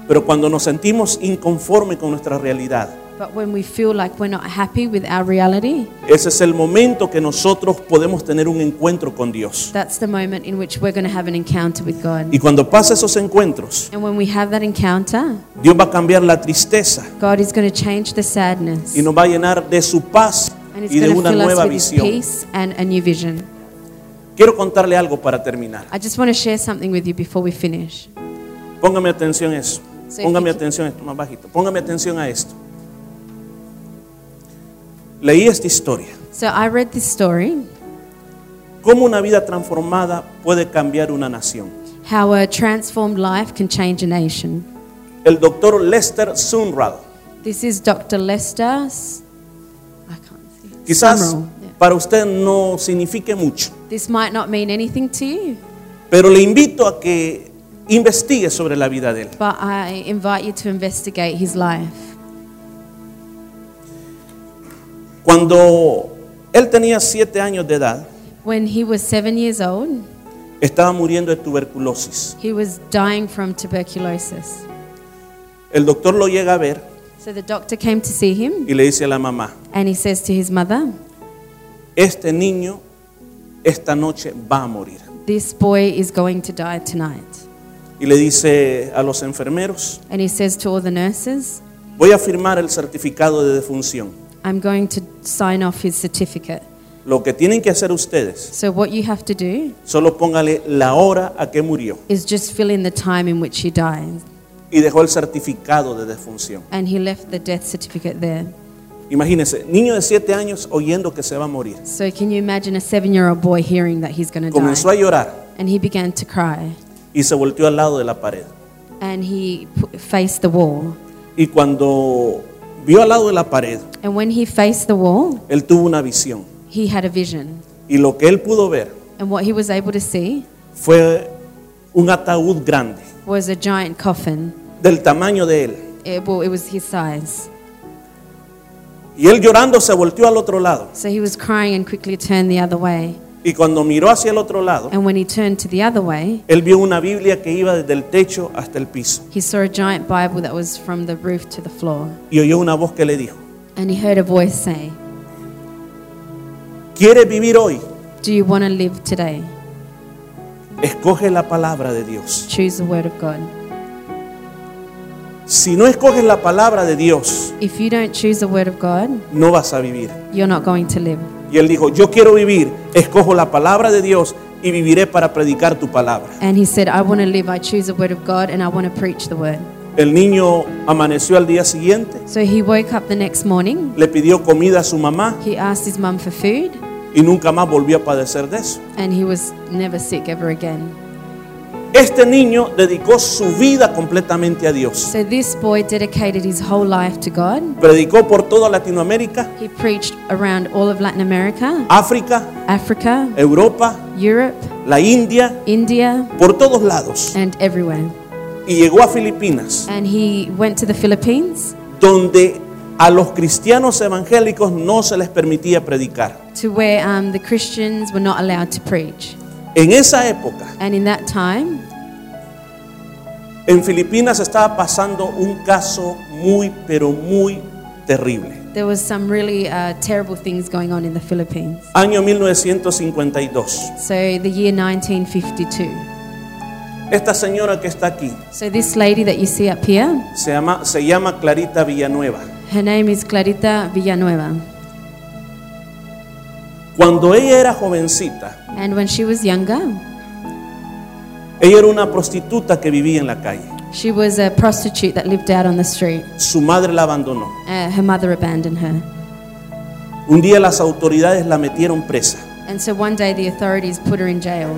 Speaker 1: Pero cuando nos sentimos inconformes con nuestra realidad,
Speaker 2: But when we feel like we're not happy with our reality,
Speaker 1: ese es el momento que nosotros podemos tener un encuentro con Dios.
Speaker 2: that's the moment in which we're going to have an encounter with God.
Speaker 1: Y cuando pasa esos encuentros,
Speaker 2: And when we have that encounter,
Speaker 1: Dios va a cambiar la tristeza
Speaker 2: God is going to change the sadness.
Speaker 1: y nos va a llenar de su paz
Speaker 2: and it's
Speaker 1: y de
Speaker 2: going to
Speaker 1: una
Speaker 2: fill us
Speaker 1: nueva
Speaker 2: with His
Speaker 1: visión.
Speaker 2: peace and a new vision.
Speaker 1: Quiero contarle algo para terminar.
Speaker 2: I just want to share something with you before we finish.
Speaker 1: Póngame atención a eso.
Speaker 2: Sí,
Speaker 1: Póngame
Speaker 2: Vicky.
Speaker 1: atención a esto más bajito. Póngame atención a esto. Leí esta historia.
Speaker 2: So I read this story
Speaker 1: ¿Cómo una vida transformada puede cambiar una nación?
Speaker 2: how a transformed life can change a nation.
Speaker 1: El doctor Lester Sunrad.
Speaker 2: This is Dr. Lester. S- I can't see.
Speaker 1: Quizás
Speaker 2: Sumrall, yeah.
Speaker 1: para usted no signifique mucho,
Speaker 2: This might not mean anything to you,
Speaker 1: pero le invito a que investigue sobre la vida de él.
Speaker 2: but I invite you to investigate his life.
Speaker 1: Cuando él tenía siete años de edad,
Speaker 2: When he was seven years old,
Speaker 1: estaba muriendo de tuberculosis.
Speaker 2: he was dying from tuberculosis.
Speaker 1: El doctor lo llega a ver
Speaker 2: So the doctor came to see him
Speaker 1: y le dice a la mamá,
Speaker 2: and he says to his mother,
Speaker 1: este niño esta noche va a morir.
Speaker 2: This boy is going to die tonight.
Speaker 1: Y le dice a los enfermeros,
Speaker 2: And he says to all the nurses,
Speaker 1: voy a firmar el certificado de defunción.
Speaker 2: I'm going to sign off his certificate.
Speaker 1: Lo que tienen que hacer ustedes,
Speaker 2: So what you have to do
Speaker 1: solo póngale la hora a que murió.
Speaker 2: is just fill in the time in which he dies.
Speaker 1: Y dejó el certificado de defunción.
Speaker 2: And he left the death certificate there.
Speaker 1: Imagínense, niño de siete años oyendo que se va a morir.
Speaker 2: So can you imagine a seven-year-old boy hearing that he's going to
Speaker 1: Comenzó a
Speaker 2: die?
Speaker 1: llorar
Speaker 2: And he began to cry.
Speaker 1: y se volteó al lado de la pared.
Speaker 2: And he p- faced the wall.
Speaker 1: Y cuando vio al lado de la pared,
Speaker 2: And when he faced the wall,
Speaker 1: él tuvo una visión.
Speaker 2: he had a vision.
Speaker 1: Y lo que él pudo ver
Speaker 2: And what he was able to see
Speaker 1: fue un ataúd grande,
Speaker 2: was a giant coffin.
Speaker 1: del tamaño de él.
Speaker 2: It, well, it was his size.
Speaker 1: Y él llorando se volteó al otro lado.
Speaker 2: So he was crying and quickly turned the other way.
Speaker 1: Y cuando miró hacia el otro lado,
Speaker 2: And when he turned to the other way,
Speaker 1: él vio una Biblia que iba desde el techo hasta el piso.
Speaker 2: he saw a giant Bible that was from the roof to the floor.
Speaker 1: Y oyó una voz que le dijo,
Speaker 2: And he heard a voice say,
Speaker 1: ¿quieres vivir hoy?
Speaker 2: Do you want to live today?
Speaker 1: Escoge la palabra de Dios.
Speaker 2: Choose the word of God.
Speaker 1: Si no escoges la palabra de Dios,
Speaker 2: If you don't choose the word of God,
Speaker 1: no vas a vivir.
Speaker 2: you're not going to live.
Speaker 1: Y él dijo, yo quiero vivir, escojo la palabra de Dios y viviré para predicar tu palabra.
Speaker 2: And he said, I want to live. I choose the word of God and I want to preach the word.
Speaker 1: El niño amaneció al día siguiente,
Speaker 2: So he woke up the next morning.
Speaker 1: le pidió comida a su mamá
Speaker 2: He asked his mum for food
Speaker 1: y nunca más volvió a padecer de eso.
Speaker 2: and he was never sick ever again.
Speaker 1: Este niño dedicó su vida completamente a Dios.
Speaker 2: So this boy dedicated his whole life to God.
Speaker 1: Predicó por toda Latinoamérica,
Speaker 2: He preached around all of Latin America,
Speaker 1: África,
Speaker 2: Africa,
Speaker 1: Europa,
Speaker 2: Europe,
Speaker 1: la India,
Speaker 2: India,
Speaker 1: por todos lados.
Speaker 2: and everywhere.
Speaker 1: Y llegó a Filipinas,
Speaker 2: And he went to the Philippines
Speaker 1: donde a los cristianos evangélicos no se les permitía predicar.
Speaker 2: to where um, the Christians were not allowed to preach.
Speaker 1: En esa época,
Speaker 2: And in that time,
Speaker 1: en Filipinas estaba pasando un caso muy, pero muy terrible.
Speaker 2: there was some really uh, terrible things going on in the Philippines.
Speaker 1: Año 1952.
Speaker 2: So the year 1952.
Speaker 1: Esta señora que está aquí
Speaker 2: So this lady that you see up here,
Speaker 1: se llama, se llama Clarita Villanueva.
Speaker 2: her name is Clarita Villanueva.
Speaker 1: Cuando ella era jovencita,
Speaker 2: And when she was younger,
Speaker 1: ella era una prostituta que vivía en la calle.
Speaker 2: she was a prostitute that lived out on the street.
Speaker 1: Su madre la abandonó.
Speaker 2: Uh, her mother abandoned her.
Speaker 1: Un día las autoridades la metieron presa
Speaker 2: And so one day the authorities put her in jail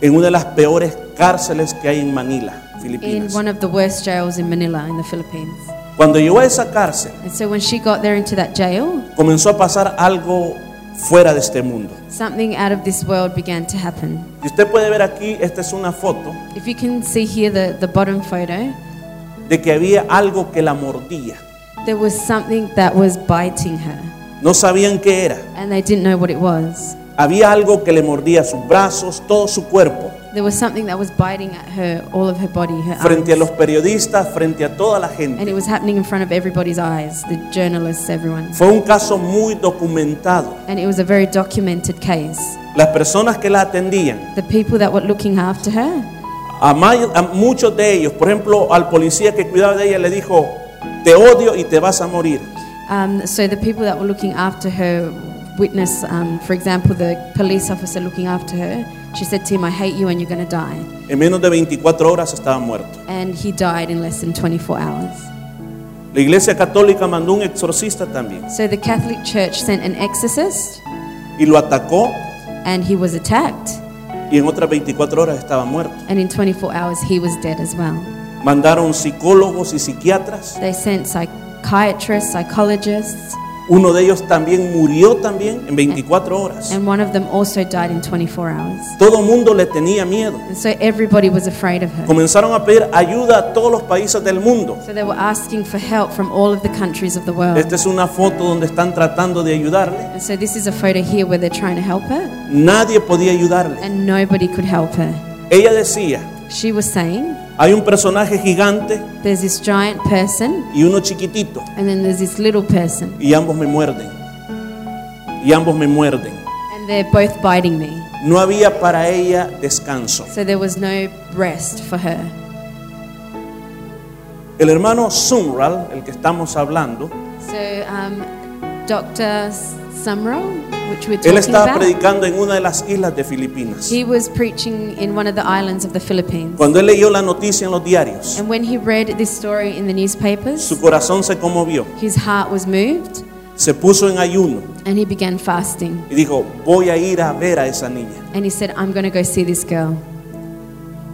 Speaker 1: en una de las peores cárceles que hay en Manila,
Speaker 2: in
Speaker 1: Filipinas.
Speaker 2: one of the worst jails in Manila in the Philippines.
Speaker 1: Cuando llegó a esa cárcel,
Speaker 2: And so when she got there into that jail,
Speaker 1: comenzó a pasar algo fuera de este mundo.
Speaker 2: something out of this world began to happen.
Speaker 1: Y usted puede ver aquí, esta es una foto
Speaker 2: If you can see here the, the bottom photo,
Speaker 1: de que había algo que la mordía.
Speaker 2: there was something that was biting her,
Speaker 1: No sabían qué era.
Speaker 2: and they didn't know what it was.
Speaker 1: Había algo que le mordía sus brazos, todo su cuerpo.
Speaker 2: There was something that was biting at her, all of her body, her
Speaker 1: frente a
Speaker 2: arms.
Speaker 1: los periodistas, frente a toda la
Speaker 2: And it
Speaker 1: gente.
Speaker 2: was happening in front of everybody's eyes, the journalists, everyone.
Speaker 1: Fue un caso muy documentado.
Speaker 2: And it was a very documented case.
Speaker 1: Las personas que la atendían,
Speaker 2: The people that were looking after her,
Speaker 1: a, may- a muchos de ellos, por ejemplo, al policía que cuidaba de ella le dijo, te odio y te vas a morir.
Speaker 2: um, so the people that were looking after her witness, um, for example, the police officer looking after her, she said to him, I hate you and you're going to die.
Speaker 1: En menos de 24 horas estaba muerto.
Speaker 2: And he died in less than 24 hours.
Speaker 1: La iglesia católica mandó un exorcista también
Speaker 2: So the Catholic Church sent an exorcist
Speaker 1: y lo atacó
Speaker 2: and he was attacked.
Speaker 1: y en otras 24 horas estaba muerto.
Speaker 2: And in 24 hours, he was dead as well.
Speaker 1: Mandaron psicólogos y psiquiatras.
Speaker 2: They sent psychiatrists, psychologists,
Speaker 1: Uno de ellos también murió también en 24 horas.
Speaker 2: and one of them also died in 24 hours.
Speaker 1: Todo mundo le tenía miedo.
Speaker 2: And so everybody was afraid of her.
Speaker 1: Comenzaron a pedir ayuda a todos los países del mundo.
Speaker 2: So they were asking for help from all of the countries of the world.
Speaker 1: Esta es una foto donde están tratando de ayudarle.
Speaker 2: And so this is a photo here where they're trying to help her,
Speaker 1: Nadie podía ayudarle.
Speaker 2: and nobody could help her.
Speaker 1: Ella decía,
Speaker 2: She was saying,
Speaker 1: hay un personaje gigante
Speaker 2: There's this giant person,
Speaker 1: y uno chiquitito
Speaker 2: and then there's this little person,
Speaker 1: y ambos me muerden. Y ambos me muerden.
Speaker 2: and they're both biting me.
Speaker 1: No había para ella descanso.
Speaker 2: So there was no rest for her.
Speaker 1: El hermano Sumral, el que estamos hablando,
Speaker 2: So, um, Dr. Sumrall, which we're
Speaker 1: él
Speaker 2: talking
Speaker 1: estaba
Speaker 2: about,
Speaker 1: predicando en una de las islas de Filipinas.
Speaker 2: he was preaching in one of the islands of the Philippines.
Speaker 1: Cuando él leyó la noticia en los diarios,
Speaker 2: And when he read this story in the newspapers,
Speaker 1: su corazón se conmovió,
Speaker 2: his heart was moved
Speaker 1: se puso en ayuno
Speaker 2: and he began fasting.
Speaker 1: y dijo, voy a ir a ver a esa niña.
Speaker 2: And he said, I'm going to go see this girl.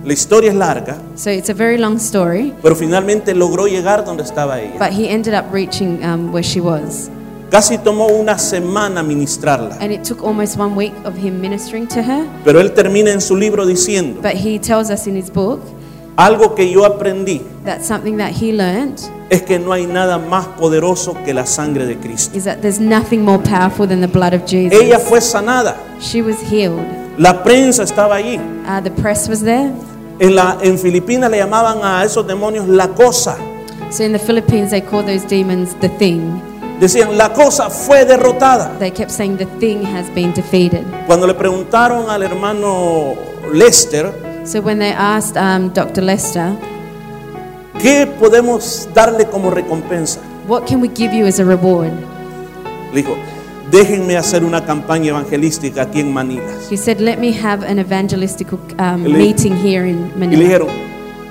Speaker 1: La historia es larga,
Speaker 2: So it's a very long story,
Speaker 1: pero finalmente logró llegar donde estaba ella.
Speaker 2: but he ended up reaching um, where she was.
Speaker 1: Casi tomó una semana ministrarla,
Speaker 2: And it took almost one week of him ministering to her.
Speaker 1: pero él termina en su libro diciendo,
Speaker 2: But he tells us in his book
Speaker 1: algo que yo aprendí
Speaker 2: that something that he learned
Speaker 1: es que no hay nada más poderoso que la sangre de Cristo.
Speaker 2: is that there's nothing more powerful than the blood of Jesus.
Speaker 1: Ella fue sanada,
Speaker 2: She was healed.
Speaker 1: la prensa estaba allí.
Speaker 2: Uh, the press was there.
Speaker 1: En, la, en Filipinas le llamaban a esos demonios la cosa.
Speaker 2: So in the Philippines, they call those demons the thing.
Speaker 1: Decían, la cosa fue derrotada.
Speaker 2: They kept saying the thing has been defeated.
Speaker 1: Cuando le preguntaron al hermano Lester,
Speaker 2: So when they asked um, Dr. Lester,
Speaker 1: ¿qué podemos darle como recompensa?
Speaker 2: what can we give you as a reward?
Speaker 1: Le dijo, déjenme hacer una campaña evangelística aquí en Manila.
Speaker 2: He said, let me have an evangelistical um,
Speaker 1: Le-
Speaker 2: meeting here in
Speaker 1: Y le
Speaker 2: Manila.
Speaker 1: dijeron,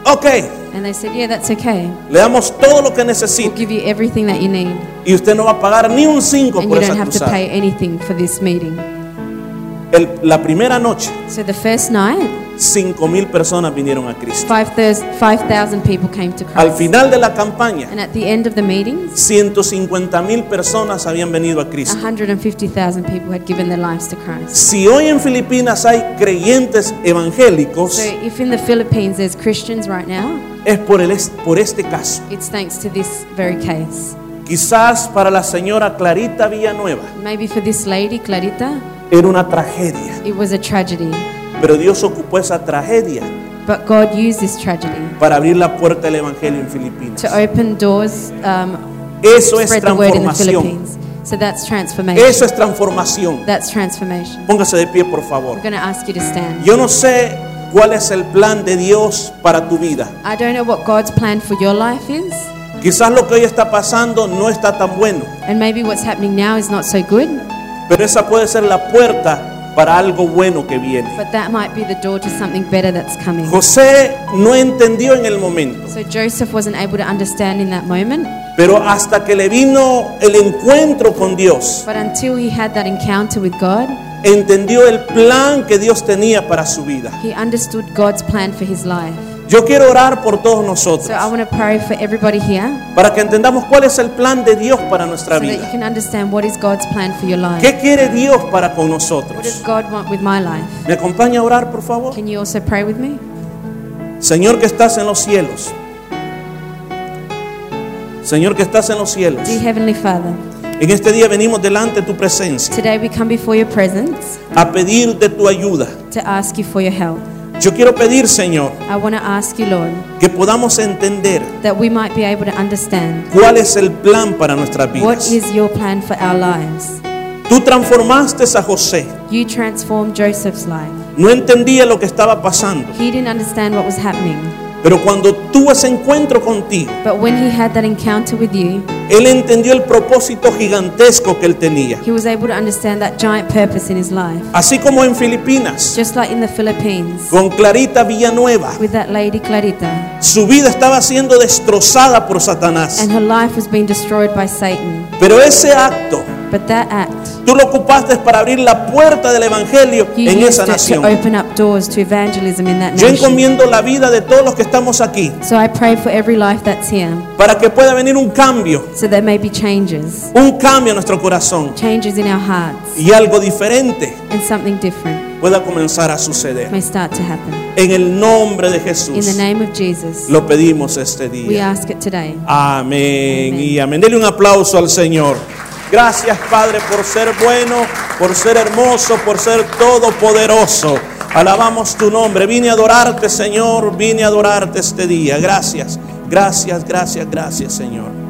Speaker 1: ok,
Speaker 2: And they said, yeah, that's okay.
Speaker 1: le damos todo lo que
Speaker 2: We'll
Speaker 1: necesite
Speaker 2: give you everything that you need.
Speaker 1: y usted no va a pagar ni un 5
Speaker 2: And
Speaker 1: por
Speaker 2: you
Speaker 1: esa
Speaker 2: don't have to
Speaker 1: cruzada.
Speaker 2: pay anything for this meeting.
Speaker 1: El- la primera noche,
Speaker 2: So the first night,
Speaker 1: 5 mil personas vinieron a Cristo.
Speaker 2: 5,000 5,000 people came to
Speaker 1: Al
Speaker 2: Christ.
Speaker 1: final de la campaña,
Speaker 2: And at the end of the meetings,
Speaker 1: 150 mil personas habían venido a Cristo.
Speaker 2: 150,000 people had given their lives to Christ.
Speaker 1: Si hoy en Filipinas hay creyentes evangélicos,
Speaker 2: So, if in the Philippines there's Christians right now,
Speaker 1: es por, el, es- por este caso.
Speaker 2: it's thanks to this very case.
Speaker 1: Quizás para la señora Clarita Villanueva
Speaker 2: Maybe for this lady, Clarita,
Speaker 1: era una tragedia,
Speaker 2: it was a tragedy.
Speaker 1: pero Dios ocupó esa tragedia
Speaker 2: But God used this tragedy
Speaker 1: para abrir la puerta del Evangelio en Filipinas.
Speaker 2: to open doors, um,
Speaker 1: Eso es
Speaker 2: spread the word in the
Speaker 1: transformación.
Speaker 2: Philippines. So, that's transformation.
Speaker 1: Eso es transformación.
Speaker 2: That's transformation.
Speaker 1: Póngase de pie, por favor.
Speaker 2: I'm going to ask you to stand.
Speaker 1: Yo no sé cuál es el plan de Dios para tu vida.
Speaker 2: I don't know what God's plan for your life is,
Speaker 1: Quizás lo que hoy está pasando no está tan bueno,
Speaker 2: and maybe what's happening now is not so good,
Speaker 1: pero esa puede ser la puerta para algo bueno que viene.
Speaker 2: but that might be the door to something better that's coming.
Speaker 1: José no entendió en el momento,
Speaker 2: So, Joseph wasn't able to understand in that moment.
Speaker 1: pero hasta que le vino el encuentro con Dios,
Speaker 2: But until he had that encounter with God,
Speaker 1: entendió el plan que Dios tenía para su vida.
Speaker 2: he understood God's plan for his life.
Speaker 1: Yo quiero orar por todos
Speaker 2: So I
Speaker 1: nosotros,
Speaker 2: want to pray for everybody here
Speaker 1: para que entendamos cuál es el plan de Dios para
Speaker 2: so
Speaker 1: nuestra
Speaker 2: that you
Speaker 1: vida.
Speaker 2: can understand what is God's plan for your life.
Speaker 1: ¿Qué quiere Dios para con
Speaker 2: What does
Speaker 1: nosotros?
Speaker 2: God want with my life?
Speaker 1: ¿Me acompaña a orar, por favor?
Speaker 2: Can you also pray with me?
Speaker 1: Señor que estás en los cielos. Señor que estás en los cielos.
Speaker 2: Dear Heavenly Father,
Speaker 1: En este día venimos delante de tu presencia
Speaker 2: today we come before your presence
Speaker 1: a pedir de tu ayuda.
Speaker 2: to ask you for your help.
Speaker 1: Yo quiero pedir, Señor,
Speaker 2: I want to ask you, Lord,
Speaker 1: que podamos entender
Speaker 2: that we might be able to understand
Speaker 1: cuál es el plan para nuestras
Speaker 2: what
Speaker 1: vidas.
Speaker 2: is your plan for our lives.
Speaker 1: Tú transformaste a José.
Speaker 2: You transformed Joseph's life.
Speaker 1: No entendía lo que estaba pasando.
Speaker 2: He didn't understand what was happening,
Speaker 1: Pero cuando tuvo ese encuentro contigo,
Speaker 2: but when he had that encounter with you,
Speaker 1: él entendió el propósito gigantesco que él tenía.
Speaker 2: he was able to understand that giant purpose in his life.
Speaker 1: Así como en Filipinas,
Speaker 2: Just like in the Philippines,
Speaker 1: con Clarita Villanueva,
Speaker 2: with that lady Clarita,
Speaker 1: su vida estaba siendo destrozada por Satanás.
Speaker 2: and her life was being destroyed by Satan.
Speaker 1: Pero ese acto,
Speaker 2: But that act,
Speaker 1: tú lo ocupaste para abrir la puerta del Evangelio
Speaker 2: you
Speaker 1: en
Speaker 2: used
Speaker 1: esa
Speaker 2: it to
Speaker 1: nación.
Speaker 2: open up doors to evangelism in that
Speaker 1: Yo
Speaker 2: nation.
Speaker 1: encomiendo la vida de todos los que estamos aquí
Speaker 2: So I pray for every life that's here,
Speaker 1: para que pueda venir un cambio,
Speaker 2: so there may be changes,
Speaker 1: un cambio a nuestro corazón
Speaker 2: changes in our hearts,
Speaker 1: y algo diferente
Speaker 2: and something different
Speaker 1: pueda comenzar a suceder.
Speaker 2: may start to happen.
Speaker 1: En el nombre de
Speaker 2: In the
Speaker 1: Jesús
Speaker 2: name of Jesus,
Speaker 1: lo pedimos este
Speaker 2: we
Speaker 1: día.
Speaker 2: ask it today.
Speaker 1: Amén
Speaker 2: Amén.
Speaker 1: y amén. Dele un aplauso al Señor. Gracias, Padre, por ser bueno, por ser hermoso, por ser todopoderoso. Alabamos tu nombre. Vine a adorarte, Señor. Vine a adorarte este día. Gracias, gracias, gracias, gracias, Señor.